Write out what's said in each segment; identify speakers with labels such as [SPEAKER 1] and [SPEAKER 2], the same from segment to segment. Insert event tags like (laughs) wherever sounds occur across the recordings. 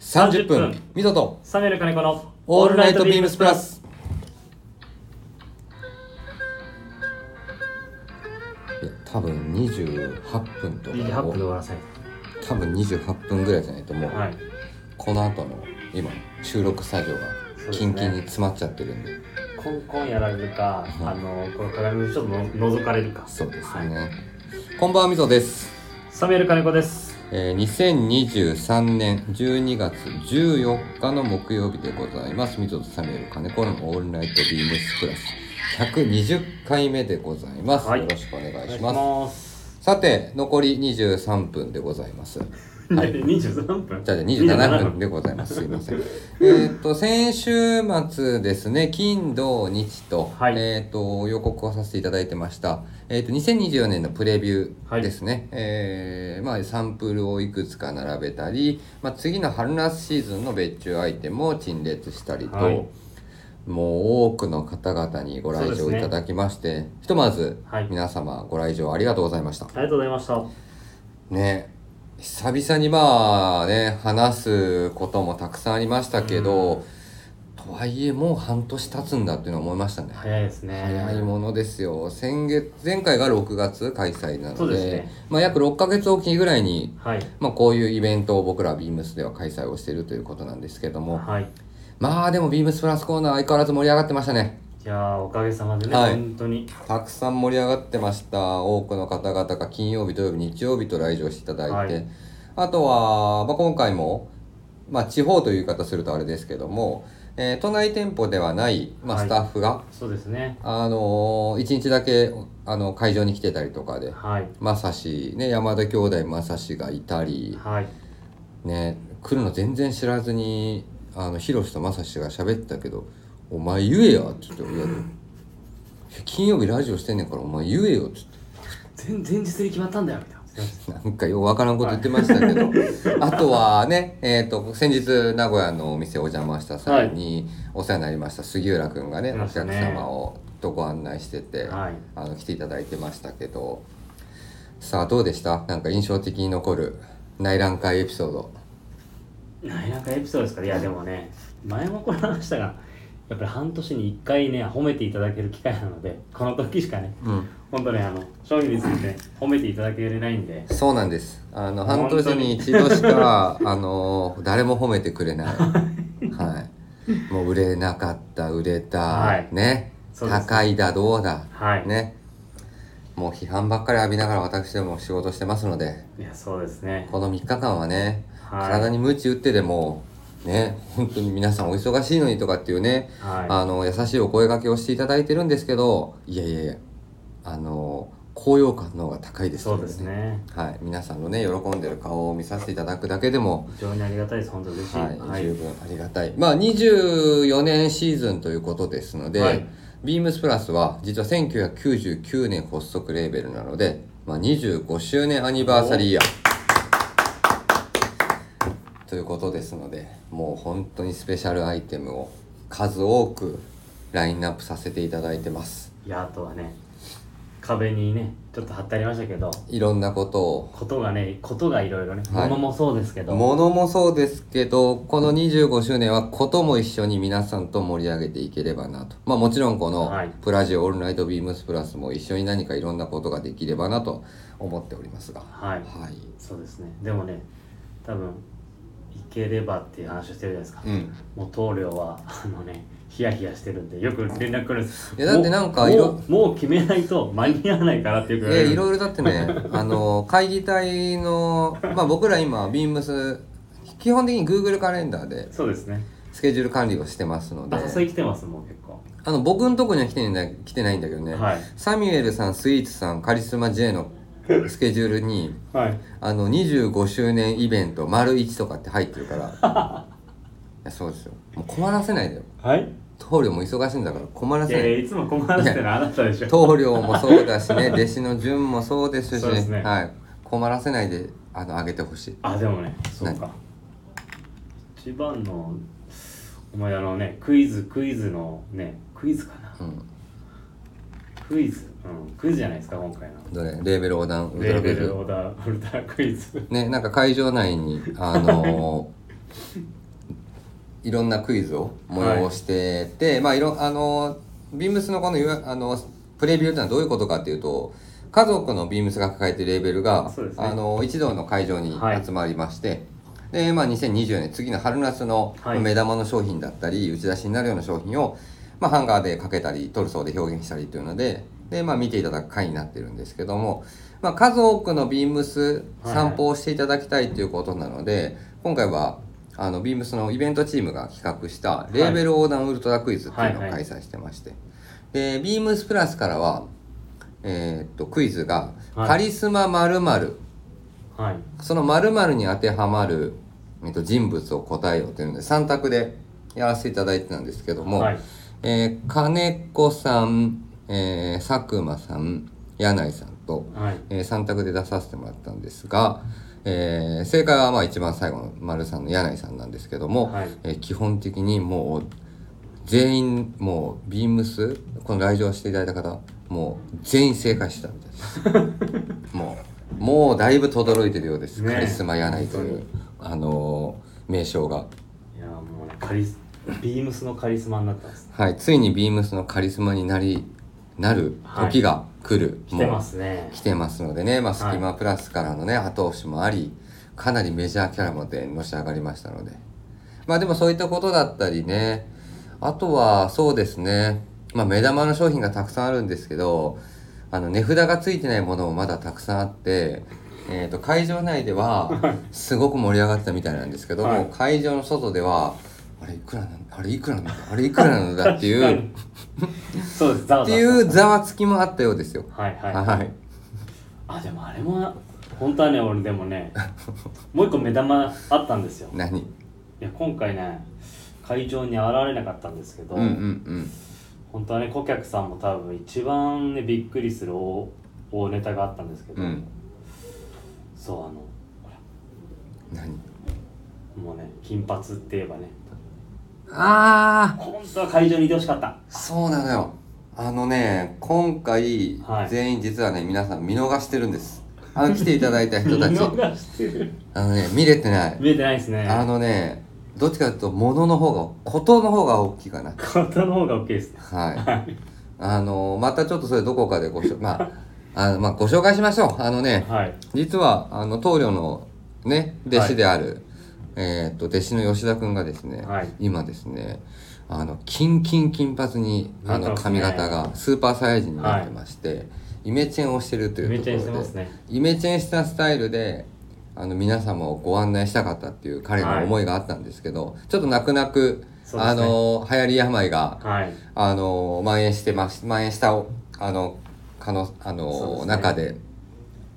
[SPEAKER 1] 30
[SPEAKER 2] 30
[SPEAKER 1] 分
[SPEAKER 2] 分
[SPEAKER 1] ミトと
[SPEAKER 2] サメル金子の
[SPEAKER 1] オールナイトビームスプラスいや多分28分とか
[SPEAKER 2] 28分で終わらせる
[SPEAKER 1] 多分28分ぐらいじゃないともう、
[SPEAKER 2] はい
[SPEAKER 1] この後の今収録作業が
[SPEAKER 2] そうですね
[SPEAKER 1] キンキンに詰まっちゃってるんで
[SPEAKER 2] コンコンやられるか、
[SPEAKER 1] うん
[SPEAKER 2] あのこの鏡にちょっとの覗かれるか
[SPEAKER 1] そうです
[SPEAKER 2] はい
[SPEAKER 1] ね、こんばんはミトです
[SPEAKER 2] サメル金子です
[SPEAKER 1] えー2023年12月14日の木曜日でございます。ミトとサミュエル金子のオールナイトビームスプラス120回目でございます。
[SPEAKER 2] はい
[SPEAKER 1] よろしくお願
[SPEAKER 2] お
[SPEAKER 1] いします。
[SPEAKER 2] す
[SPEAKER 1] さて、残り23分でございます。
[SPEAKER 2] (laughs) はい、23分
[SPEAKER 1] じゃあじゃあ27分でございます。すいません。えっと、先週末ですね、金、土、日と、
[SPEAKER 2] はい
[SPEAKER 1] えっと、予告をさせていただいてました。えっ、と、2024年のプレビューですね。えーまあ、サンプルをいくつか並べたり、まあ、次の春夏シーズンの別注アイテムを陳列したりと、
[SPEAKER 2] はい
[SPEAKER 1] もう多くの方々にご来
[SPEAKER 2] そ
[SPEAKER 1] 場
[SPEAKER 2] うです
[SPEAKER 1] い
[SPEAKER 2] ね
[SPEAKER 1] ただきまして、ひとまず
[SPEAKER 2] はい
[SPEAKER 1] 皆様ご来場ありがとうございました。
[SPEAKER 2] ありがとうございました
[SPEAKER 1] ね久々にまあね話すこともたくさんありましたけど、とはいえもう半年経つんだっていうのは思いましたね、
[SPEAKER 2] 早いですね
[SPEAKER 1] 早いものですよ先月前回が6月開催な
[SPEAKER 2] そ
[SPEAKER 1] の
[SPEAKER 2] う
[SPEAKER 1] で
[SPEAKER 2] ですね
[SPEAKER 1] まあ、約6ヶ月おきぐらいに、
[SPEAKER 2] はい
[SPEAKER 1] まあ、こういうイベントを僕らビームスでは開催をしているということなんですけども
[SPEAKER 2] はい
[SPEAKER 1] まあでもビームスプラスコーナー相変わらず盛り上がってましたね
[SPEAKER 2] いやーおかげさまでね、
[SPEAKER 1] はい
[SPEAKER 2] 本当に
[SPEAKER 1] たくさん盛り上がってました多くの方々が金曜日土曜日日曜日と来場していただいて、
[SPEAKER 2] はい
[SPEAKER 1] あとは、まあ、今回も、まあ、地方という言い方するとあれですけども、えー都内店舗ではない、まあ、
[SPEAKER 2] はい
[SPEAKER 1] スタッフが、
[SPEAKER 2] そうですね
[SPEAKER 1] あの1日だけあの会場に来てたりとかで。
[SPEAKER 2] はい
[SPEAKER 1] まさし、ね、山田兄弟まさしがいたり、
[SPEAKER 2] はい
[SPEAKER 1] ね、来るの全然知らずに、あの、ヒロシとまさしが喋ったけど、お前言えよって言って、いや金曜日ラジオしてんねんから、お前言えよって
[SPEAKER 2] 前前日に決まったんだよみたいな
[SPEAKER 1] 言って、なんかようわからんこと言ってましたけ
[SPEAKER 2] (laughs)
[SPEAKER 1] ど、あとはね、えっ、と、先日、名古屋のお店お邪魔した際に、お世話になりました杉浦くんがね、
[SPEAKER 2] い
[SPEAKER 1] お
[SPEAKER 2] ました
[SPEAKER 1] 客
[SPEAKER 2] ね
[SPEAKER 1] 様をとご案内してて、
[SPEAKER 2] はい
[SPEAKER 1] あの、来ていただいてましたけど、さあ、どうでしたなんか印象的に残る内覧会エピソード。
[SPEAKER 2] なかエピソードですからいやでもね前もこの話したがやっぱり半年に1回ね褒めていただける機会なのでこの時しかね
[SPEAKER 1] うん
[SPEAKER 2] 本当ねあの商品についてね褒めていただけれないんで
[SPEAKER 1] そうなんです。あの半
[SPEAKER 2] 本当に
[SPEAKER 1] 年に一度し
[SPEAKER 2] (laughs)
[SPEAKER 1] かあの誰も褒めてくれない。はい。もう売れなかった、売れた、
[SPEAKER 2] はい
[SPEAKER 1] ね、
[SPEAKER 2] そうですね
[SPEAKER 1] 高いだどうだ、
[SPEAKER 2] はい、
[SPEAKER 1] ね。もう批判ばっかり浴びながら私ども仕事してますので、
[SPEAKER 2] いやそうですね
[SPEAKER 1] この3日間はね、
[SPEAKER 2] はい
[SPEAKER 1] 体に鞭打ってでも。ね、本当に皆さんお忙しいのにとかっていうね、
[SPEAKER 2] は
[SPEAKER 1] あの優しいお声掛けをしていただいてるんですけどいやいやいやあの高揚感の方が高い
[SPEAKER 2] い
[SPEAKER 1] です
[SPEAKER 2] そうですね
[SPEAKER 1] はい、皆さんのね喜んでる顔を見させていただくだけでも、
[SPEAKER 2] 非常にありがたいです本当嬉しい
[SPEAKER 1] はい
[SPEAKER 2] はい、
[SPEAKER 1] 十分ありがたいまあ24年シーズンということですので、
[SPEAKER 2] はい
[SPEAKER 1] ビームスプラスは実は1999年発足レーベルなので、まあ、25周年アニバーサリーイヤーということですのでもう本当にスペシャルアイテムを数多くラインナップさせていただいてます
[SPEAKER 2] いやあとはね壁にねちょっと貼ってありましたけど
[SPEAKER 1] いろんなことを
[SPEAKER 2] ことがねことがいろいろね、
[SPEAKER 1] はい
[SPEAKER 2] 物もそうですけど
[SPEAKER 1] 物もそうですけどこの25周年はことも一緒に皆さんと盛り上げていければなとまあもちろんこの
[SPEAKER 2] はい
[SPEAKER 1] 「プラジオオールナイトビームスプラス」も一緒に何かいろんなことができればなと思っておりますがは
[SPEAKER 2] はい
[SPEAKER 1] い
[SPEAKER 2] そうですねでもね多分いければっていう話をしてるじゃないですか、
[SPEAKER 1] うん
[SPEAKER 2] もう棟梁はあのねヒヤヒヤしてるんでよく連絡来るんです
[SPEAKER 1] いやだってなんか
[SPEAKER 2] もう
[SPEAKER 1] いろ
[SPEAKER 2] もうもう決めないと間に合わないからっていうくら
[SPEAKER 1] えいろいろだってねあの会議体のまあ僕ら今ビームス基本的に Google カレンダーで
[SPEAKER 2] そうですね
[SPEAKER 1] スケジュール管理をしてますので
[SPEAKER 2] あ誘い来てますもん結構
[SPEAKER 1] あの僕のとこには来てない来てないんだけどね、
[SPEAKER 2] はい
[SPEAKER 1] サミュエルさんスイーツさんカリスマ J のスケジュールに
[SPEAKER 2] はい
[SPEAKER 1] あの25周年イベント丸1とかって入ってるから
[SPEAKER 2] (laughs)
[SPEAKER 1] いやそうですよもう困らせないでよ
[SPEAKER 2] はい
[SPEAKER 1] 棟梁も忙しいんだから困ら
[SPEAKER 2] い
[SPEAKER 1] せ
[SPEAKER 2] や
[SPEAKER 1] ない
[SPEAKER 2] や
[SPEAKER 1] い
[SPEAKER 2] いつも困らせてるのはあなたでしょ
[SPEAKER 1] 棟梁もそうだし
[SPEAKER 2] (laughs)
[SPEAKER 1] ね弟子の順もそうですし
[SPEAKER 2] そうですね
[SPEAKER 1] はい、困らせないであの上げてほしい
[SPEAKER 2] あでもねそうか一番のお前あのねクイズクイズのねクイズかな
[SPEAKER 1] うん
[SPEAKER 2] クイズうんクイズじゃないですか今回の
[SPEAKER 1] どれレーベル横断ウルト
[SPEAKER 2] レ
[SPEAKER 1] ラ
[SPEAKER 2] ー
[SPEAKER 1] ベ
[SPEAKER 2] ベ
[SPEAKER 1] ル
[SPEAKER 2] ルオーダーウルトラクイズ
[SPEAKER 1] ねなんか会場内にあのー
[SPEAKER 2] (laughs)
[SPEAKER 1] いろんなクイズを催してて、まあいろんあのビームスのこのいわあのプレビューってのはどういうことかっていうと家族のビームスが抱えているレーベルが、
[SPEAKER 2] そうですね
[SPEAKER 1] あの一堂の会場に
[SPEAKER 2] はい
[SPEAKER 1] 集まりまして、でまあ、2020年次の春夏の
[SPEAKER 2] はい
[SPEAKER 1] 目玉の商品だったり、打ち出しになるような商品を、まあ、ハンガーでかけたりトルソーで表現したりというのでで、まあ、見ていただく会になってるんですけども、まあ、数多くのビームス
[SPEAKER 2] はい
[SPEAKER 1] 散歩をしていただきたいということなので、今回はあのビームスのイベントチームが企画したレーベル横断ウルトラクイズっていうのを開催してまして、でビームスプラスからは、えーっとクイズが「
[SPEAKER 2] はい
[SPEAKER 1] カリスマ〇〇
[SPEAKER 2] はい
[SPEAKER 1] その〇〇に当てはまる、えっと、人物を答えようというので3択でやらせていただいてたんですけども、
[SPEAKER 2] はい
[SPEAKER 1] えー金子さん、えー佐久間さん柳井さんと、
[SPEAKER 2] はい
[SPEAKER 1] え3択で出させてもらったんですが、えー正解はまあ一番最後の丸さんの柳井さんなんですけども、
[SPEAKER 2] はい
[SPEAKER 1] えー基本的にもう全員もうビームスこの来場していただいた方もう全員正解してたみたいです
[SPEAKER 2] (laughs)
[SPEAKER 1] もうもうだいぶ轟いてるようです、
[SPEAKER 2] ねえ
[SPEAKER 1] カリスマ柳井とい
[SPEAKER 2] 本
[SPEAKER 1] うあのー名称が
[SPEAKER 2] いやもうねカリスビームスのカリスマになったんです
[SPEAKER 1] はいついにビームスのカリスマになりなる時が来る、
[SPEAKER 2] 来て
[SPEAKER 1] もう
[SPEAKER 2] ますね
[SPEAKER 1] 来てますのでね、まあ、ス
[SPEAKER 2] はい
[SPEAKER 1] キマプラスからのね、後押しもありかなりメジャーキャラまでのし上がりましたのでまあでもそういったことだったりねあとはそうですね、まあ、目玉の商品がたくさんあるんですけどあの値札がついてないものもまだたくさんあって、えー、と会場内ではすごく盛り上がってたみたいなんですけども、
[SPEAKER 2] はい
[SPEAKER 1] 会場の外ではあれいくらなんだあれいくらなんだあれいくらなんだ
[SPEAKER 2] (laughs)
[SPEAKER 1] っていう
[SPEAKER 2] そうですざわ
[SPEAKER 1] って
[SPEAKER 2] ざわ
[SPEAKER 1] いうざわつきもあったようですよ。
[SPEAKER 2] はいはい、
[SPEAKER 1] はい
[SPEAKER 2] あでもあれも本当はね俺でもねもう一個目玉あったんですよ
[SPEAKER 1] 何
[SPEAKER 2] いや今回ね会場に現れなかったんですけど、
[SPEAKER 1] うんうんうん
[SPEAKER 2] 本当はね顧客さんも多分一番ねびっくりする大大ネタがあったんですけど、
[SPEAKER 1] うん
[SPEAKER 2] そうあのほ
[SPEAKER 1] 何
[SPEAKER 2] らもうね金髪って言えばね
[SPEAKER 1] あ
[SPEAKER 2] 本当は会場にいてほしかった
[SPEAKER 1] あそうなのよあのね今回、
[SPEAKER 2] はい
[SPEAKER 1] 全員実はね皆さん見逃してるんですあの来ていただいた人た
[SPEAKER 2] (laughs)
[SPEAKER 1] ち
[SPEAKER 2] 見逃してる
[SPEAKER 1] あのね見れてない
[SPEAKER 2] 見えてないですね
[SPEAKER 1] あのねどっちかというと物の方がことの方が大きいかな
[SPEAKER 2] 肩の方が大きいですね (laughs)
[SPEAKER 1] はいあのまたちょっとそれどこかでごしょまああのまあご紹介しましょうあのね
[SPEAKER 2] はい
[SPEAKER 1] 実はあの棟梁のね弟子である、えーっと弟子の吉田君がですね、
[SPEAKER 2] はい
[SPEAKER 1] 今ですねあのキンキン金髪にあ
[SPEAKER 2] な
[SPEAKER 1] の
[SPEAKER 2] ってます
[SPEAKER 1] 髪
[SPEAKER 2] ね
[SPEAKER 1] 型がスーパーサイヤ人になってまして、イメチェンをしてるとい
[SPEAKER 2] め
[SPEAKER 1] う
[SPEAKER 2] っ
[SPEAKER 1] とこ
[SPEAKER 2] ちゃしてま
[SPEAKER 1] ろ
[SPEAKER 2] す
[SPEAKER 1] で
[SPEAKER 2] ね
[SPEAKER 1] イメチェンしたスタイルであの皆様をご案内したかったっていう彼の思いがあったんですけど、ちょっと泣く泣く、
[SPEAKER 2] そうですね
[SPEAKER 1] あの流行り病が
[SPEAKER 2] はい
[SPEAKER 1] あの蔓延してます蔓延したおあの可能あ
[SPEAKER 2] そ
[SPEAKER 1] の
[SPEAKER 2] うですね
[SPEAKER 1] 中で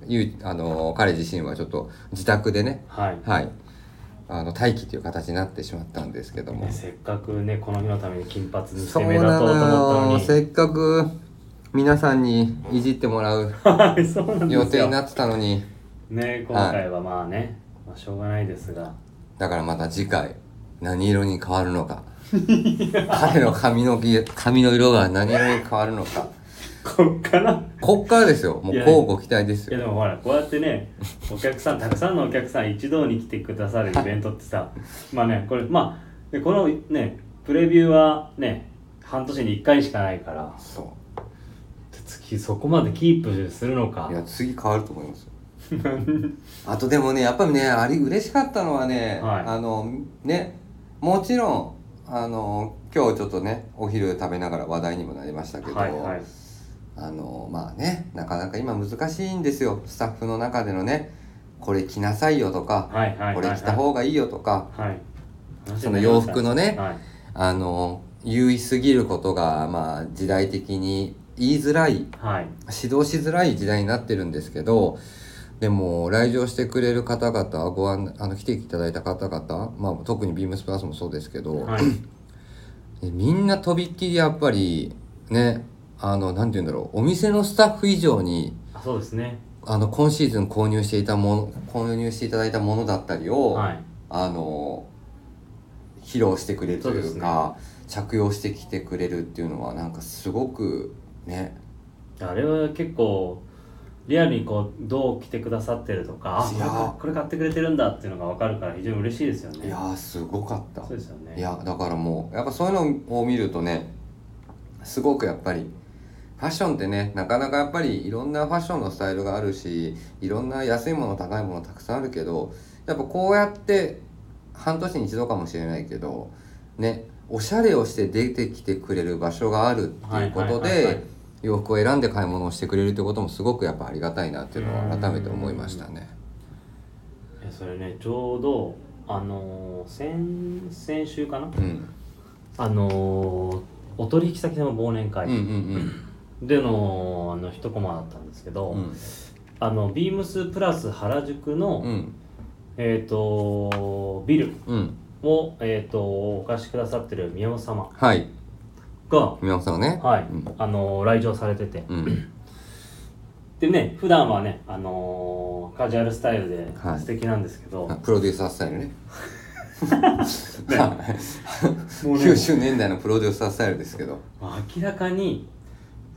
[SPEAKER 1] ゆうあの彼自身はちょっと自宅でね
[SPEAKER 2] はい
[SPEAKER 1] はいあの待機という形になってしまったんですけども
[SPEAKER 2] ねせっかくねこの日のために金髪にして
[SPEAKER 1] そう
[SPEAKER 2] 目立とう
[SPEAKER 1] な
[SPEAKER 2] と思った
[SPEAKER 1] の
[SPEAKER 2] の
[SPEAKER 1] よ
[SPEAKER 2] に
[SPEAKER 1] せっかく皆さんにいじってもらう
[SPEAKER 2] はいそうなんですよ
[SPEAKER 1] 予定になってたのに
[SPEAKER 2] ね今回はまあね、まあ、しょうがないですが
[SPEAKER 1] だからまた次回何色に変わるのか彼の髪の毛髪の色が何色に変わるのか
[SPEAKER 2] こっから
[SPEAKER 1] こっからですよもう
[SPEAKER 2] いや
[SPEAKER 1] 乞うご期待です
[SPEAKER 2] いや
[SPEAKER 1] よ
[SPEAKER 2] でもほらこうやってねお客さんたくさんのお客さん一堂に来てくださるイベントってさまあねこれまあでこのねプレビューはね半年に1回しかないから
[SPEAKER 1] そう
[SPEAKER 2] 月そこまでキープするのか
[SPEAKER 1] いや次変わると思いますよあとでもねやっぱりねあれ嬉しかったのはね、
[SPEAKER 2] はい
[SPEAKER 1] あのねもちろんあの今日ちょっとねお昼食べながら話題にもなりましたけど、
[SPEAKER 2] はいはい
[SPEAKER 1] あのまあねなかなか今難しいんですよスタッフの中でのねこれ着なさいよとか、
[SPEAKER 2] はいはいはい
[SPEAKER 1] これ着た方がいいよとか
[SPEAKER 2] はい
[SPEAKER 1] その洋服のね
[SPEAKER 2] はい
[SPEAKER 1] あの優位すぎることがまあ時代的に言いづらい
[SPEAKER 2] はい
[SPEAKER 1] 指導しづらい時代になってるんですけどでも来場してくれる方々ご案あの来ていただいた方々、まあ、特にビームスプラスもそうですけど、
[SPEAKER 2] はい
[SPEAKER 1] えみんなとびっきりやっぱりねあのなんて言うんだろうお店のスタッフ以上に
[SPEAKER 2] あそうですね
[SPEAKER 1] あの今シーズン購入していたもの購入していただいたものだったりを、
[SPEAKER 2] はい
[SPEAKER 1] あの披露してくれるというか着用してきてくれるっていうのはなんかすごくね
[SPEAKER 2] あれは結構リアルにこうどう来てくださってるとかあ
[SPEAKER 1] いやー
[SPEAKER 2] これ買ってくれてるんだっていうのが分かるから非常に嬉しいですよね
[SPEAKER 1] いやーすごかった
[SPEAKER 2] そうですよね
[SPEAKER 1] いやだからもうやっぱそういうのを見るとねすごくやっぱりファッションってねなかなかやっぱりいろんなファッションのスタイルがあるしいろんな安いもの高いものたくさんあるけどやっぱこうやって半年に一度かもしれないけどねおしゃれをして出てきてくれる場所があるっていうこと
[SPEAKER 2] はいはいはいはい
[SPEAKER 1] で洋服を選んで買い物をしてくれるってこともすごくやっぱありがたいなっていうのを改めて思いましたね。
[SPEAKER 2] えそれねちょうどあのー先先週かな
[SPEAKER 1] うん、
[SPEAKER 2] あのーお取引先の忘年
[SPEAKER 1] うん
[SPEAKER 2] 会
[SPEAKER 1] うんうん
[SPEAKER 2] での,、あの一コマだったんですけど、
[SPEAKER 1] うん
[SPEAKER 2] あのビームスプラス原宿の、
[SPEAKER 1] うん
[SPEAKER 2] えっ、とビル
[SPEAKER 1] うん
[SPEAKER 2] を、えっとお貸しくださってる宮本様
[SPEAKER 1] はい
[SPEAKER 2] が、
[SPEAKER 1] 宮本さんね。
[SPEAKER 2] はい
[SPEAKER 1] うん
[SPEAKER 2] あのー来場されてて
[SPEAKER 1] うん
[SPEAKER 2] でね普段はね、あのーカジュアルスタイルで
[SPEAKER 1] はい
[SPEAKER 2] 素敵なんですけど、
[SPEAKER 1] あプロデューサースタイル (laughs) ね。
[SPEAKER 2] ねもうね
[SPEAKER 1] 90年代のプロデューサースタイルですけど、
[SPEAKER 2] 明らかに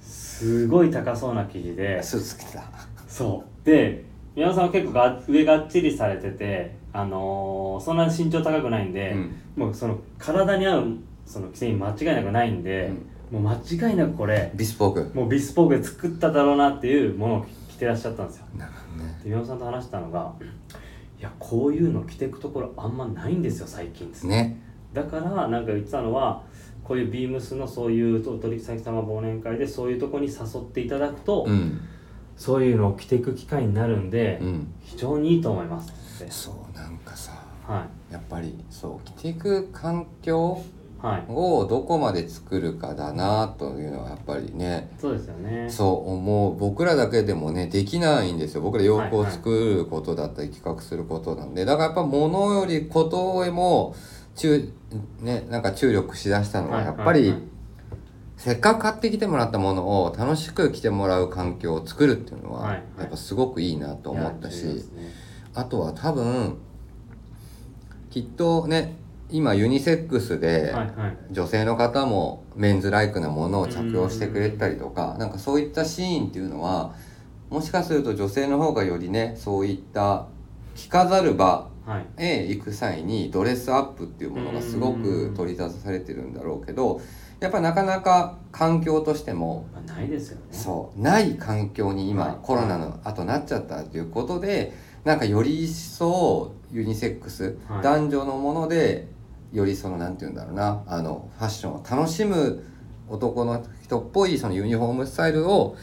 [SPEAKER 2] すごい高そうな生地で
[SPEAKER 1] スーツ着てた。
[SPEAKER 2] そうで宮本さんは結構が上がっちりされてて、あのーそんな身長高くないんで、
[SPEAKER 1] うん
[SPEAKER 2] もうその体に合うその既製品間違いなくないんで、もう間違いなくこれ
[SPEAKER 1] ビスポーク。
[SPEAKER 2] もうビスポークで作っただろうなっていうものを着てらっしゃったんですよ
[SPEAKER 1] なるほどね。
[SPEAKER 2] で宮本さんと話したのがいやこういうの着てくところあんまないんですよ最近ですね
[SPEAKER 1] ね。
[SPEAKER 2] だからなんか言ってたのはこういうビームスのそういうと取引先様忘年会でそういうとこに誘っていただくと、
[SPEAKER 1] うん。
[SPEAKER 2] そういうのを着ていく機会になるんで、
[SPEAKER 1] うん。
[SPEAKER 2] 非常にいいと思いますって
[SPEAKER 1] そう、なんかさ、
[SPEAKER 2] は
[SPEAKER 1] やっぱりそう、着ていく環境
[SPEAKER 2] いはい
[SPEAKER 1] をどこまで作るかだなというのはやっぱりね、
[SPEAKER 2] そうですよね
[SPEAKER 1] そう思う。僕らだけでもね、できないんですよ。僕ら洋服を作ることだったり企画することなんで。だからやっぱ物よりことへも、注、ね、なんか注力しだしたのはやっぱり、
[SPEAKER 2] はいはい
[SPEAKER 1] せっかく買ってきてもらったものを楽しく着てもらう環境を作るっていうの
[SPEAKER 2] はい
[SPEAKER 1] は
[SPEAKER 2] はい
[SPEAKER 1] やっぱすごくいいなと思った
[SPEAKER 2] いや重要で
[SPEAKER 1] し
[SPEAKER 2] すね
[SPEAKER 1] あとは多分きっとね今ユニセックスで
[SPEAKER 2] はいはい
[SPEAKER 1] 女性の方もメンズライクなものを着用してくれたりとかなんかそういったシーンっていうのはもしかすると女性の方がよりねそういった着飾る場
[SPEAKER 2] はい
[SPEAKER 1] へ行く際にドレスアップっていうものがすごく取り沙汰されてるんだろうけどやっぱなかなか環境としても
[SPEAKER 2] まあ、ないですよね
[SPEAKER 1] そうない環境に
[SPEAKER 2] はい
[SPEAKER 1] 今コロナの後なっちゃったということでなんかより一層ユニセックス
[SPEAKER 2] はい
[SPEAKER 1] 男女のものでよりそのなんて言うんだろうなあのファッションを楽しむ男の人っぽいそのユニフォームスタイルを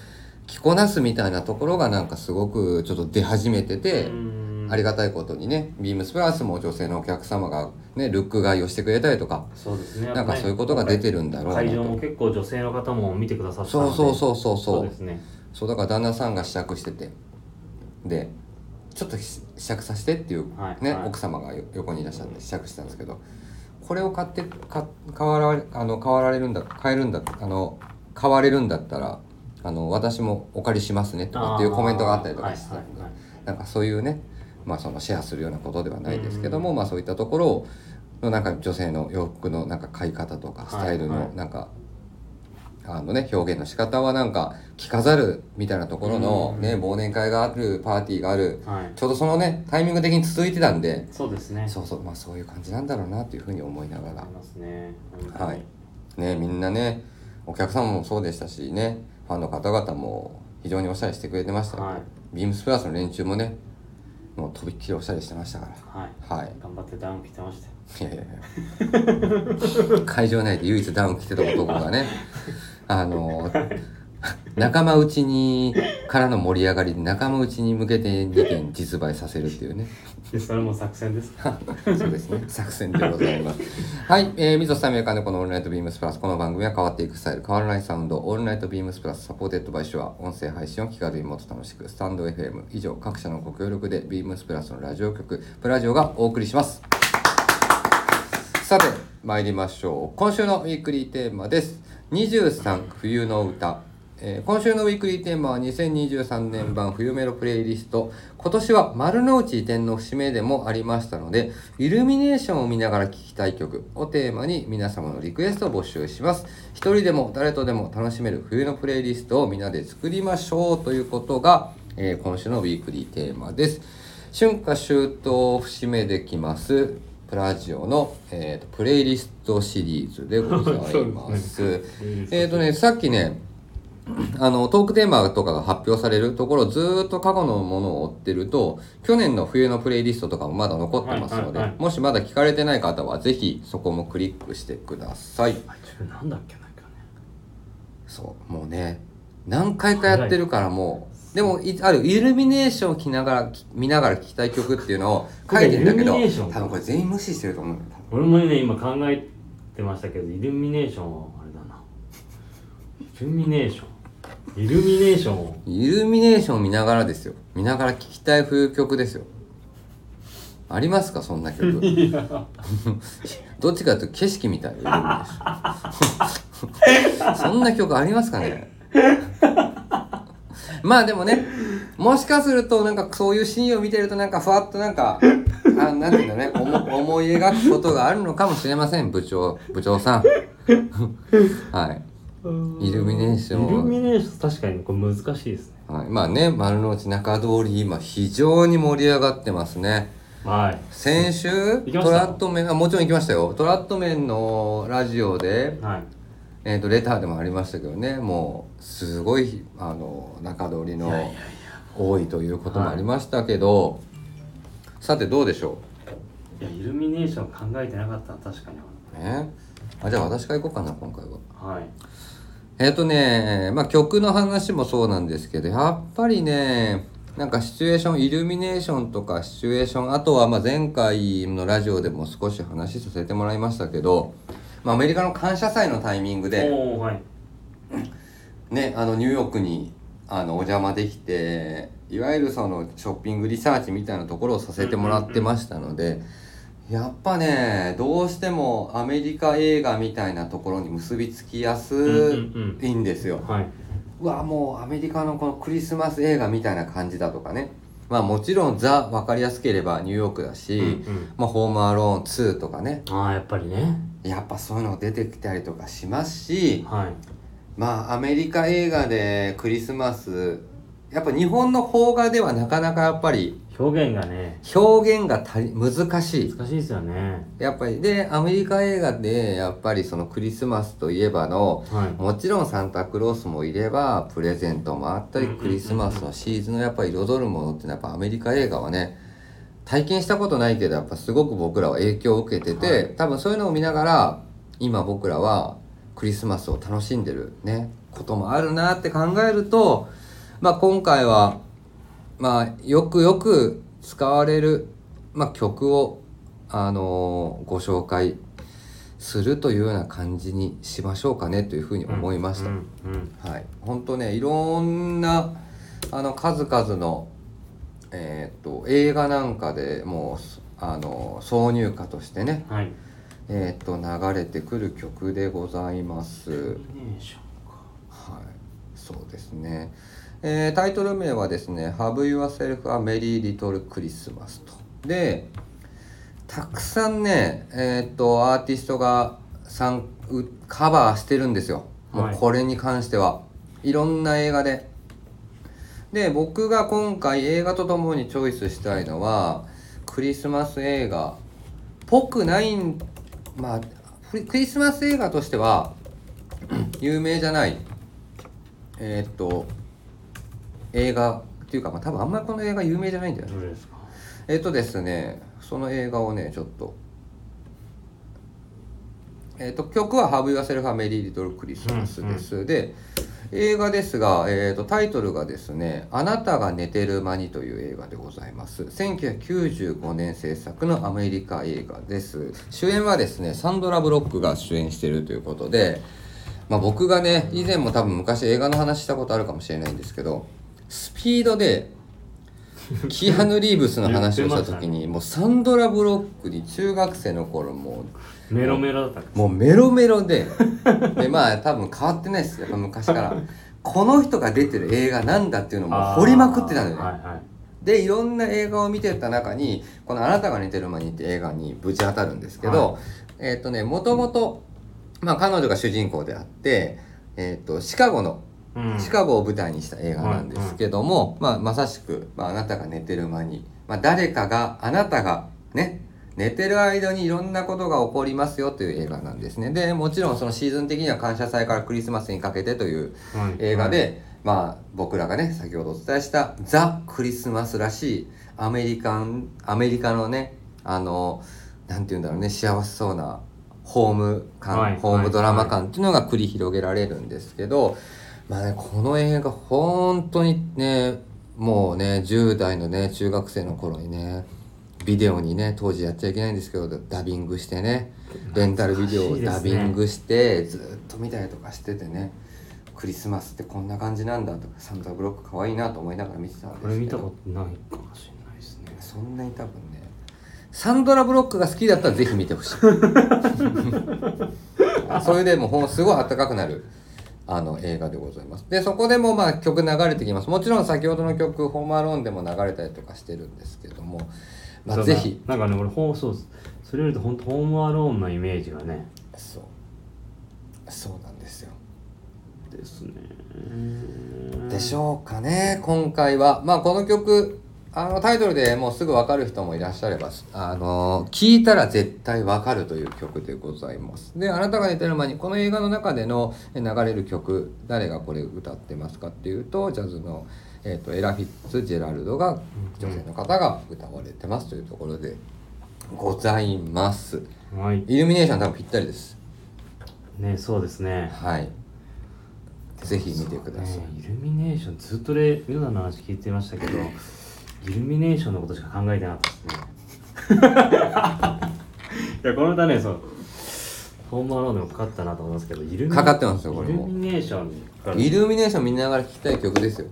[SPEAKER 1] 着こなすみたいなところがなんかすごくちょっと出始めてて。
[SPEAKER 2] うん
[SPEAKER 1] ありがたいことにね、ビームスプラスも女性のお客様がね、ルック買いをしてくれたりとか、
[SPEAKER 2] そうですね
[SPEAKER 1] なんかそういうことが出てるんだろうな
[SPEAKER 2] 会場も
[SPEAKER 1] と。
[SPEAKER 2] 結構女性の方も見てくださったの
[SPEAKER 1] そ
[SPEAKER 2] で
[SPEAKER 1] うそうそうそう
[SPEAKER 2] そ
[SPEAKER 1] そうう
[SPEAKER 2] で。すね
[SPEAKER 1] そうだから旦那さんが試着してて、で、ちょっと試着させてっていう
[SPEAKER 2] はい
[SPEAKER 1] ね、
[SPEAKER 2] はい
[SPEAKER 1] 奥様がよ横にいらっしゃって試着してたんですけど、これを買って、か買わらあの買わられるんだ、買えるんだ、あの、買われるんだったら、あの、私もお借りしますねとかっていうコメントがあったりとかしてたんで。
[SPEAKER 2] はいはいはい
[SPEAKER 1] なんかそういうね、まあ、そのシェアするようなことではないですけども、まあ、そういったところをのなんか女性の洋服のなんか買い方とか
[SPEAKER 2] い
[SPEAKER 1] スタイル
[SPEAKER 2] は
[SPEAKER 1] の
[SPEAKER 2] い
[SPEAKER 1] なんか、あのね、表現の仕方はなんか着飾るみたいなところの、
[SPEAKER 2] うん
[SPEAKER 1] ね、忘年会があるパーティーがある
[SPEAKER 2] はい
[SPEAKER 1] ちょうどそのねタイミング的に続いてたんで
[SPEAKER 2] そうですね
[SPEAKER 1] そうそう、まあ、そういう感じなんだろうなというふうに思いなが
[SPEAKER 2] あ
[SPEAKER 1] ら
[SPEAKER 2] り、ますね
[SPEAKER 1] はいね、みんなねお客様もそうでしたしねファンの方々も非常におしゃれしてくれてましたよ、
[SPEAKER 2] はい
[SPEAKER 1] ビームスプラスの連中もねもうとびっきりおしゃれしてましたか
[SPEAKER 2] はい
[SPEAKER 1] らはい
[SPEAKER 2] 頑張ってダウン着てましたよ
[SPEAKER 1] いやいや
[SPEAKER 2] (laughs)
[SPEAKER 1] いや会場内で唯一ダウン着てた男がねあの仲間内にからの盛り上がりで仲間内に向けて2点実売させるっていうね
[SPEAKER 2] でそれも作戦ですか
[SPEAKER 1] そうですね作戦でございますはい、えー、水戸さんメーカーのこのオールナイトビームスプラスこの番組は変わっていくスタイル変わらないサウンドオールナイトビームスプラスサポーテッドバイシュア音声配信を気軽にもっと楽しくスタンド FM 以上各社のご協力でビームスプラスのラジオ局プラジオがお送りしますさて参りましょう今週のウィークリーテーマです23冬の歌、えー今週のウィークリーテーマは2023年版冬メロプレイリスト今年は丸の内移転の節目でもありましたのでイルミネーションを見ながら聴きたい曲をテーマに皆様のリクエストを募集します一人でも誰とでも楽しめる冬のプレイリストをみんなで作りましょうということがえー今週のウィークリーテーマです。春夏秋冬を節目できます、プラジオの、えーとプレイリストシリーズでございま
[SPEAKER 2] (laughs) そ
[SPEAKER 1] す。
[SPEAKER 2] すね
[SPEAKER 1] えっ、とね、さっきね、あの、トークテーマとかが発表されるところ、ずーっと過去のものを追ってると、去年の冬のプレイリストとかもまだ残ってますので、
[SPEAKER 2] はいはいはい
[SPEAKER 1] もしまだ聞かれてない方は、ぜひそこもクリックしてください。
[SPEAKER 2] あちょっとなんだっけなんかね
[SPEAKER 1] そう、もうね、何回かやってるからもう、でも、いある、イルミネーションを着ながら、き見ながら聴きたい曲っていうのを書いてんだけど、
[SPEAKER 2] イルミネーション
[SPEAKER 1] 多分これ全員無視してると思うんだよ。
[SPEAKER 2] 俺もね今考えてましたけどイルミネーションはあれだなイルミネーションイルミネーション
[SPEAKER 1] イルミネーション見ながらですよ。見ながら聴きたい冬曲ですよ。ありますかそんな曲。
[SPEAKER 2] いや
[SPEAKER 1] (laughs) どっちかというと景色みたいイルミネーション (laughs) そんな曲ありますかね (laughs) まあでもねもしかするとなんかそういうシーンを見てるとなんかふわっとなんかあなんていうんだね思思い描くことがあるのかもしれません部長部長さん (laughs) はいイルミネーション
[SPEAKER 2] イルミネーション確かにこれ難しいですね
[SPEAKER 1] はい、まあね丸の内中通り今非常に盛り上がってますね
[SPEAKER 2] はい
[SPEAKER 1] 先週
[SPEAKER 2] きました
[SPEAKER 1] トラットメンあもちろん行きましたよトラットメンのラジオで
[SPEAKER 2] はい
[SPEAKER 1] えー、とレターでもありましたけどねもうすごいあの中通りの多いということもありましたけど、さてどうでしょ
[SPEAKER 2] いやイルミネーション考えてなかったな確かに
[SPEAKER 1] う、ね、あじゃあ私から行こうかな今回は。
[SPEAKER 2] はい
[SPEAKER 1] えっ、とね、まあ、曲の話もそうなんですけどやっぱりねなんかシチュエーションイルミネーションとかシチュエーションあとはまあ前回のラジオでも少し話させてもらいましたけど、まあ、アメリカの感謝祭のタイミングで。
[SPEAKER 2] おおはい
[SPEAKER 1] ね、あのニューヨークにあのお邪魔できていわゆるそのショッピングリサーチみたいなところをさせてもらってましたので、やっぱねどうしてもアメリカ映画みたいなところに結びつきやす
[SPEAKER 2] うん
[SPEAKER 1] いんですよ。
[SPEAKER 2] はいう
[SPEAKER 1] わもうアメリカのこのクリスマス映画みたいな感じだとかねまあもちろんザ分かりやすければニューヨークだし、
[SPEAKER 2] うん
[SPEAKER 1] まあ、ホームアローン2とかね
[SPEAKER 2] うんああやっぱりね
[SPEAKER 1] やっぱそういうの出てきたりとかしますし。
[SPEAKER 2] はい
[SPEAKER 1] まあアメリカ映画でクリスマスやっぱ日本の邦画ではなかなかやっぱり
[SPEAKER 2] 表現がね
[SPEAKER 1] 表現が足り難しい
[SPEAKER 2] 難しいですよね
[SPEAKER 1] やっぱりでアメリカ映画でやっぱりそのクリスマスといえばの
[SPEAKER 2] はい
[SPEAKER 1] もちろんサンタクロースもいればプレゼントもあったり
[SPEAKER 2] うんうんうんうん
[SPEAKER 1] クリスマスのシーズンのやっぱり彩るものってのはやっぱアメリカ映画はね体験したことないけどやっぱすごく僕らは影響を受けてて、
[SPEAKER 2] は
[SPEAKER 1] 多分そういうのを見ながら今僕らはクリスマスを楽しんでるねこともあるなって考えると、まあ、今回は、まあ、よくよく使われる、まあ、曲を、あのーご紹介するというような感じにしましょうかねというふうに思いました。
[SPEAKER 2] うんうん
[SPEAKER 1] はい、本当ねいろんなあの数々の、えー、と映画なんかでもうあの挿入歌としてね、
[SPEAKER 2] うんはいイ
[SPEAKER 1] えー、と流れてくる曲でございます
[SPEAKER 2] ル。ミネーションか
[SPEAKER 1] はい、そうですね、えータイトル名はですね「Have Yourself a Merry Little Christmas」と。でたくさんねえーっとアーティストがさんうカバーしてるんですよ、
[SPEAKER 2] は
[SPEAKER 1] も
[SPEAKER 2] いう
[SPEAKER 1] これに関してはいろんな映画で。で僕が今回映画とともにチョイスしたいのはクリスマス映画ぽくないんまあクリクリスマス映画としては (clears throat) 有名じゃないえーっと映画っていうか、まあ、多分あんまりこの映画有名じゃないんだよね
[SPEAKER 2] どれですか
[SPEAKER 1] えっとですねその映画をねちょっとえっと曲は「Have Yourself a Merry Little Christmas」です、で映画ですが、えっとタイトルがですね「あなたが寝てる間に」という映画でございます1995年制作のアメリカ映画です主演はですねサンドラ・ブロックが主演しているということでまあ、僕がね以前も多分昔映画の話したことあるかもしれないんですけどスピードでキアヌ・リーブスの話をした時 (laughs) にもうサンドラ・ブロックに中学生の頃も
[SPEAKER 2] メロメロだったか
[SPEAKER 1] うもうメロメロで (laughs) でまあ多分変わってないですやっぱ昔 (laughs) からこの人が出てる映画なんだっていうのをもう
[SPEAKER 2] あー
[SPEAKER 1] 掘りまくってたのよね、
[SPEAKER 2] はいはい
[SPEAKER 1] でいろんな映画を見てた中にこの「あなたが寝てる間に」って映画にぶち当たるんですけど、えっ、とねもともと、まあ、彼女が主人公であって、えっとシカゴの、
[SPEAKER 2] うん
[SPEAKER 1] シカゴを舞台にした映画なんですけども、まあ、まさしく、まあ、あなたが寝てる間に、まあ、誰かがあなたがね寝てる間にいろんなことが起こりますよという映画なんですねでもちろんそのシーズン的には「感謝祭」からクリスマスにかけてという
[SPEAKER 2] はい
[SPEAKER 1] 映画で、まあ、僕らがね先ほどお伝えしたザ・クリスマスらしいアメリカンアメリカのねあのなんて言うんだろうね幸せそうなホーム感、
[SPEAKER 2] はい
[SPEAKER 1] ホームドラマ感っていうのが繰り広げられるんですけど、まあねこの映画本当にねもうね10代のね中学生の頃にねビデオにね当時やっちゃいけないんですけどダビングしてねレンタルビデオをダビングして、ずーっと見たりとかしててねクリスマスってこんな感じなんだとかサンタブロック可愛いなと思いながら見てたんですけ
[SPEAKER 2] こ
[SPEAKER 1] ど
[SPEAKER 2] れ見たことないかもしれないですね
[SPEAKER 1] そんなに多分ねサンドラ・ブロックが好きだったらぜひ見てほしい
[SPEAKER 2] (laughs)
[SPEAKER 1] それでもうほんすごい暖かくなるあの映画でございますでそこでもまあ曲流れてきますもちろん先ほどの曲「ホームアローン」でも流れたりとかしてるんですけども、ま
[SPEAKER 2] そ
[SPEAKER 1] あ、
[SPEAKER 2] う
[SPEAKER 1] ぜひ
[SPEAKER 2] ななんかね俺ほうそうですそれよりと本当ホームアローンのイメージがね
[SPEAKER 1] そうそうなんですよ
[SPEAKER 2] ですね
[SPEAKER 1] でしょうかね今回はまあこの曲あのタイトルでもうすぐ分かる人もいらっしゃればあの聞いたら絶対分かるという曲でございますであなたが寝てる前にこの映画の中でのえ流れる曲誰がこれ歌ってますかっていうとジャズの、えー、とエラ・フィッツジェラルドが女性の方が歌われてますというところでございます
[SPEAKER 2] はい
[SPEAKER 1] イルミネーション多分ぴったりです
[SPEAKER 2] ねそうですね
[SPEAKER 1] はいぜひ見てください、
[SPEAKER 2] ねイルミネーションずっとでヨナの話聞いてましたけどイルミネーションのことしか考えてなかったですね (laughs) いやこの歌ねそうホームアローンでもかかったなと思いますけどイルミ
[SPEAKER 1] かかってますよこれも
[SPEAKER 2] イルミネーションから
[SPEAKER 1] イルミネーション見ながら聴きたい曲ですよ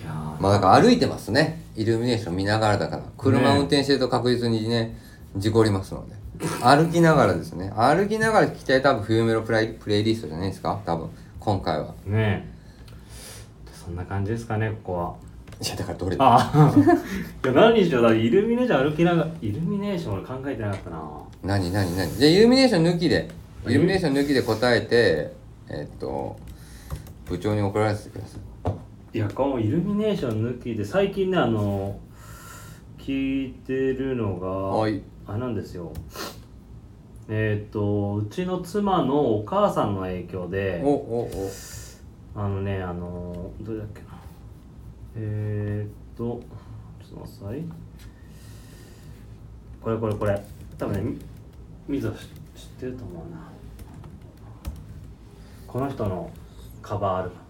[SPEAKER 2] いやー
[SPEAKER 1] まあだから歩いてますねイルミネーション見ながらだから車運転してると確実にね事故りますので歩きながらですね歩きながら聴きたい多分冬メロプライプレイリストじゃないですか多分今回は
[SPEAKER 2] ねえそんな感じですかねここはい
[SPEAKER 1] やだからどれだ
[SPEAKER 2] ああ (laughs) いや何にしようだってイルミネーション歩きながらイルミネーション俺考えてなかったな
[SPEAKER 1] 何何何じゃあイルミネーション抜きでイルミネーション抜きで答えてえっと部長に怒られてください
[SPEAKER 2] いやこのイルミネーション抜きで最近ねあの聞いてるのが、
[SPEAKER 1] はい
[SPEAKER 2] あれなんですよえーっとうちの妻のお母さんの影響で
[SPEAKER 1] おお
[SPEAKER 2] あのねあのどれだっけなえー、っとちょっと待ってくださいこれこれこれ多分ねみみぞ知知ってると思うなこの人のカバーアルバム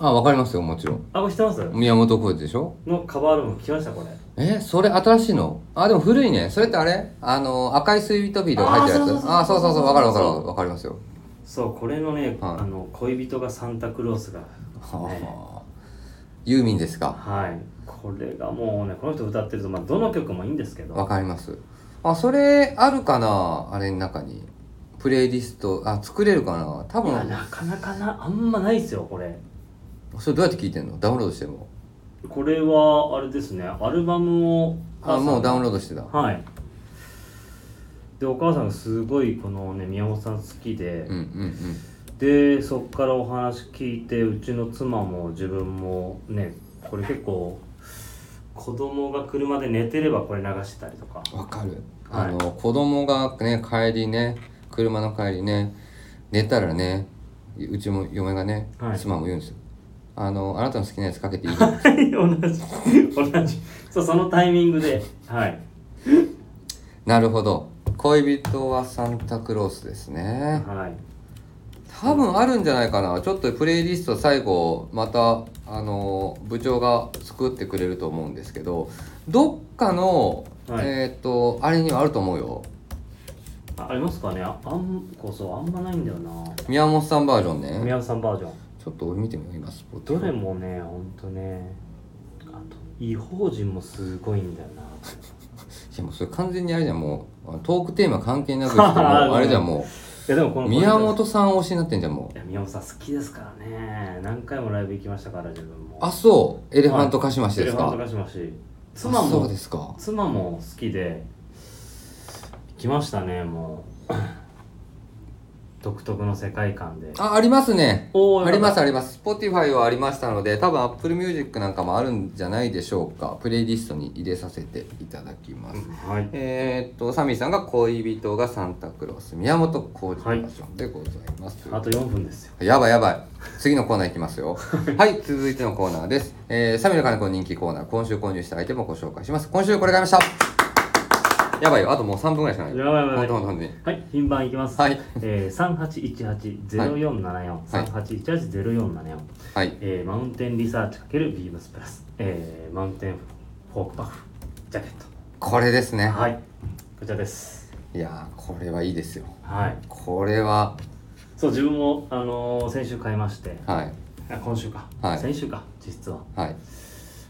[SPEAKER 1] おあわかりますよもちろん
[SPEAKER 2] あこれ知ってます
[SPEAKER 1] 宮本浩次でしょ
[SPEAKER 2] のカバーアルバム聞きましたこれ
[SPEAKER 1] えそれ新しいのあでも古いねそれってあれあの赤いスイートピーとか入ってるやつ
[SPEAKER 2] あ
[SPEAKER 1] あ
[SPEAKER 2] ー
[SPEAKER 1] ー
[SPEAKER 2] そ
[SPEAKER 1] そううそううそう
[SPEAKER 2] そそ
[SPEAKER 1] う
[SPEAKER 2] そう
[SPEAKER 1] わかるわかるわかりますよ
[SPEAKER 2] そうこれのね、
[SPEAKER 1] はい
[SPEAKER 2] あの恋人がサンタクロースがね
[SPEAKER 1] はあ (laughs) ユーミンですか
[SPEAKER 2] はいこれがもうねこの人歌ってると、まあ、どの曲もいいんですけど
[SPEAKER 1] わかりますあそれあるかなあれの中にプレイリストあ作れるかな多
[SPEAKER 2] いや
[SPEAKER 1] 分
[SPEAKER 2] なかなかなあんまないですよこれ
[SPEAKER 1] それどうやって聞いてんのダウンロードしても
[SPEAKER 2] これはあれですねアルバムを
[SPEAKER 1] あもうダウン
[SPEAKER 2] ロ
[SPEAKER 1] ロードしてた
[SPEAKER 2] ードはいでお母さんがすごいこのね宮本さん好きで、
[SPEAKER 1] うんうんうん
[SPEAKER 2] でそっからお話聞いてうちの妻も自分もねこれ結構子供が車で寝てればこれ流してたりとか
[SPEAKER 1] わかる、あ
[SPEAKER 2] はい
[SPEAKER 1] の子供がね帰りね車の帰りね寝たらねうちも嫁がね、
[SPEAKER 2] はい
[SPEAKER 1] 妻も言うんですよあのあなたの好き (laughs) なやつかけていい
[SPEAKER 2] はい同じ同じそうそのタイミングではい
[SPEAKER 1] なるほど恋人はサンタクロースですね
[SPEAKER 2] はい
[SPEAKER 1] 多分あるんじゃないかなちょっとプレイリスト最後またあの部長が作ってくれると思うんですけどどっかの、
[SPEAKER 2] はい
[SPEAKER 1] えっ、とあれにはあると思うよ
[SPEAKER 2] あありますかねああんこそあんまないんだよな
[SPEAKER 1] 宮本さんバージョンね
[SPEAKER 2] 宮本さんバージョン
[SPEAKER 1] ちょっと俺見てみます
[SPEAKER 2] どれもねほんとねあと異邦人もすごいんだよない
[SPEAKER 1] やもうそれ完全にあれじゃんもうあトークテーマ関係なくしてもう
[SPEAKER 2] あー
[SPEAKER 1] あれじゃんも
[SPEAKER 2] いやでもこ (laughs)
[SPEAKER 1] う
[SPEAKER 2] の
[SPEAKER 1] 宮本さん推しになってんじゃんも
[SPEAKER 2] いうや宮本さん好きですからね何回もライブ行きましたから自分も
[SPEAKER 1] あそうエレファントカシマシです
[SPEAKER 2] エレ
[SPEAKER 1] か、
[SPEAKER 2] ファントカシマシ妻
[SPEAKER 1] あそう
[SPEAKER 2] も
[SPEAKER 1] ですか
[SPEAKER 2] 妻も好きで行きましたねも (coughs) 独特の世界観で
[SPEAKER 1] あありますね
[SPEAKER 2] おー
[SPEAKER 1] あります
[SPEAKER 2] よ
[SPEAKER 1] あります Spotify はありましたので多分 Apple Music なんかもあるんじゃないでしょうかプレイリストに入れさせていただきます、
[SPEAKER 2] かったはい
[SPEAKER 1] えーっとサミーさんが恋人がサンタクロース宮本浩二バージョンでございます、
[SPEAKER 2] あと4分ですよ
[SPEAKER 1] やばいやばい。次のコーナーいきますよ。 (laughs) はい、続いてのコーナーです。えー、サミの金子の人気コーナー、今週購入したアイテムをご紹介します。今週これ買いましたやばいよ、あともう3分ぐらいしかないよ。
[SPEAKER 2] やばいや
[SPEAKER 1] ほ
[SPEAKER 2] ばい
[SPEAKER 1] んとほんとほんとに。
[SPEAKER 2] はい品番いきます、
[SPEAKER 1] はい
[SPEAKER 2] えー、3818-0474、3818-0474、
[SPEAKER 1] はい。
[SPEAKER 2] えーマウンテンリサーチ×ビームスプラス、えーマウンテンフォークパフジャケッ
[SPEAKER 1] これですね。
[SPEAKER 2] トはいこちらです
[SPEAKER 1] いやー、これはいいですよ。
[SPEAKER 2] はい
[SPEAKER 1] これは、
[SPEAKER 2] そう自分も、あのー先週買いまして
[SPEAKER 1] はい。
[SPEAKER 2] あ今週か、
[SPEAKER 1] はい
[SPEAKER 2] 先週か実は
[SPEAKER 1] はい。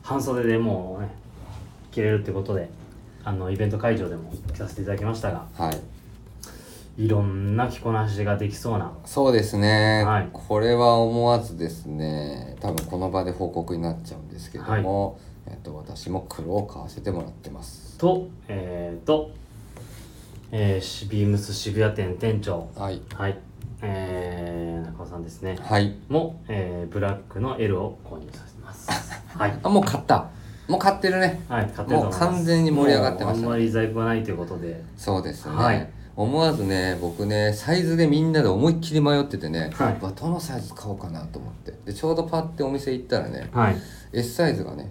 [SPEAKER 2] 半袖でもうね着れるってことであのイベント会場でも着させていただきましたが
[SPEAKER 1] はい。
[SPEAKER 2] いろんな着こなしができそうな
[SPEAKER 1] そうですね、
[SPEAKER 2] はい
[SPEAKER 1] これは思わずですね多分この場で報告になっちゃうんですけども、えっと、私も黒を買わせてもらってます
[SPEAKER 2] とえー、と、えーシビームス渋谷店店長
[SPEAKER 1] はい
[SPEAKER 2] はいえー、中尾さんですね
[SPEAKER 1] はい
[SPEAKER 2] も、えーブラックの L を購入させてますはい
[SPEAKER 1] あもう買ったもう買ってるね
[SPEAKER 2] はい買ってると思います
[SPEAKER 1] もう完全に盛り上がってましたね
[SPEAKER 2] もうあんまり在庫がないということで
[SPEAKER 1] そうですね、
[SPEAKER 2] はい
[SPEAKER 1] 思わずね僕ねサイズでみんなで思いっきり迷っててね、
[SPEAKER 2] はいう
[SPEAKER 1] わどのサイズ買おうかなと思ってでちょうどパッてお店行ったらね
[SPEAKER 2] はい
[SPEAKER 1] S サイズがね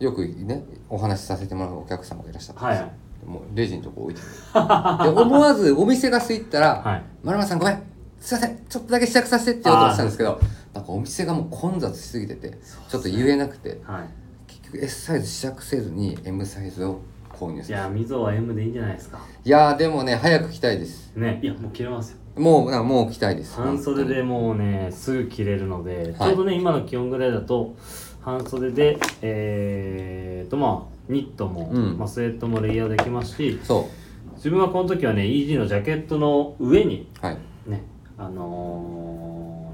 [SPEAKER 1] よくねお話しさせてもらうお客様がいらっしゃったん
[SPEAKER 2] は
[SPEAKER 1] で
[SPEAKER 2] い
[SPEAKER 1] すよ、もうレジのとこ置いてある (laughs) で思わずお店が空いたら「
[SPEAKER 2] はい
[SPEAKER 1] 丸山さんごめんすいませんちょっとだけ試着させて」って言おうと思ってたんですけどなんかお店がもう混雑しすぎてて、ちょっと言えなくて
[SPEAKER 2] はい
[SPEAKER 1] 結局 S サイズ試着せずに M サイズを購入す
[SPEAKER 2] い
[SPEAKER 1] る
[SPEAKER 2] やみぞは M でいいんじゃないですか
[SPEAKER 1] いやーでもね早く着たいです
[SPEAKER 2] ねいやもう着れますよ
[SPEAKER 1] もう、なもう着たいです。
[SPEAKER 2] 半袖でもうねすぐ着れるので、
[SPEAKER 1] はい
[SPEAKER 2] ちょうどね今の気温ぐらいだと半袖でえー、とまあニットも、
[SPEAKER 1] うん
[SPEAKER 2] まあ、スウェットもレイヤーできますし
[SPEAKER 1] そ
[SPEAKER 2] 自分はこの時はね EG のジャケットの上に
[SPEAKER 1] う。はい。
[SPEAKER 2] ねあのー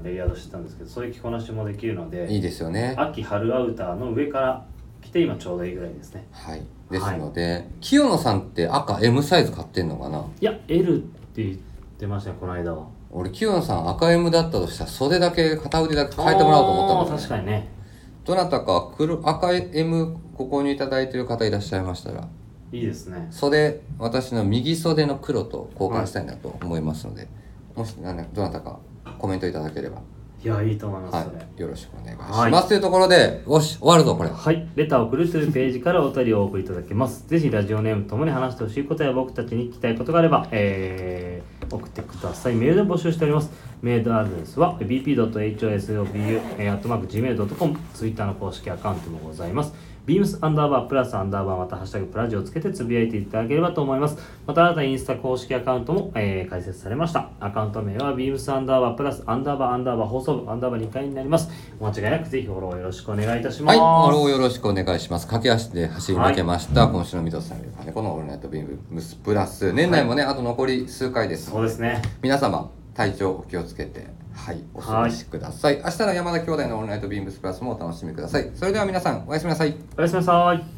[SPEAKER 2] レイヤードしてたんですけどそういう着こなしもできるので
[SPEAKER 1] いいですよね。
[SPEAKER 2] 秋春アウターの上から着て今ちょうどいいぐらいですね
[SPEAKER 1] はい。ですので、清野さんって赤 M サイズ買ってんのかない
[SPEAKER 2] や L って言ってましたねこの間は
[SPEAKER 1] 俺、清野さん赤 M だったとしたら袖だけ、片腕だけ変えてもらおうと思ったもん
[SPEAKER 2] あー
[SPEAKER 1] ね、
[SPEAKER 2] 確かにね
[SPEAKER 1] どなたか黒赤 M ご購入いただいてる方いらっしゃいましたら、
[SPEAKER 2] いいですね
[SPEAKER 1] 袖、私の右袖の黒と交換したいなと思いますので、もし、なんだどなたかコメントいただければ、
[SPEAKER 2] いやいいと思います、
[SPEAKER 1] は
[SPEAKER 2] それ
[SPEAKER 1] い。よろしくお願いします。
[SPEAKER 2] はい
[SPEAKER 1] というところで、よし、終わるぞ、これ。
[SPEAKER 2] はい、レターを送るというページからお便りをお送りいただけます。ぜひラジオネームともに話してほしいことや僕たちに聞きたいことがあれば、えー送ってください。メールで募集しております。メールアドレスは bp.hosobu.gmail.com、ツイッターの公式アカウントもございます。beams アンダーバープラスアンダーバーまたハッシュタグプラジをつけてつぶやいていただければと思います。また新たにインスタ公式アカウントも、えー開設されました。アカウント名は beams アンダーバープラスアンダーバーアンダーバー放送部アンダーバー2回になります。お間違いなくぜひフォローよろしくお願いいたしま
[SPEAKER 1] はい、
[SPEAKER 2] す。
[SPEAKER 1] フォローよろしくお願いします。駆け足で走り抜けました。今週の水戸さんですね、このオールナイトビームスプラス、年内もね、あと残り数回です。
[SPEAKER 2] そうですね。
[SPEAKER 1] 皆様、体調お気をつけて、はい、お過ごしください。明日の山田兄弟のオールナイトビームスプラスもお楽しみください。それでは皆さん、おやすみなさい。
[SPEAKER 2] おやすみなさい。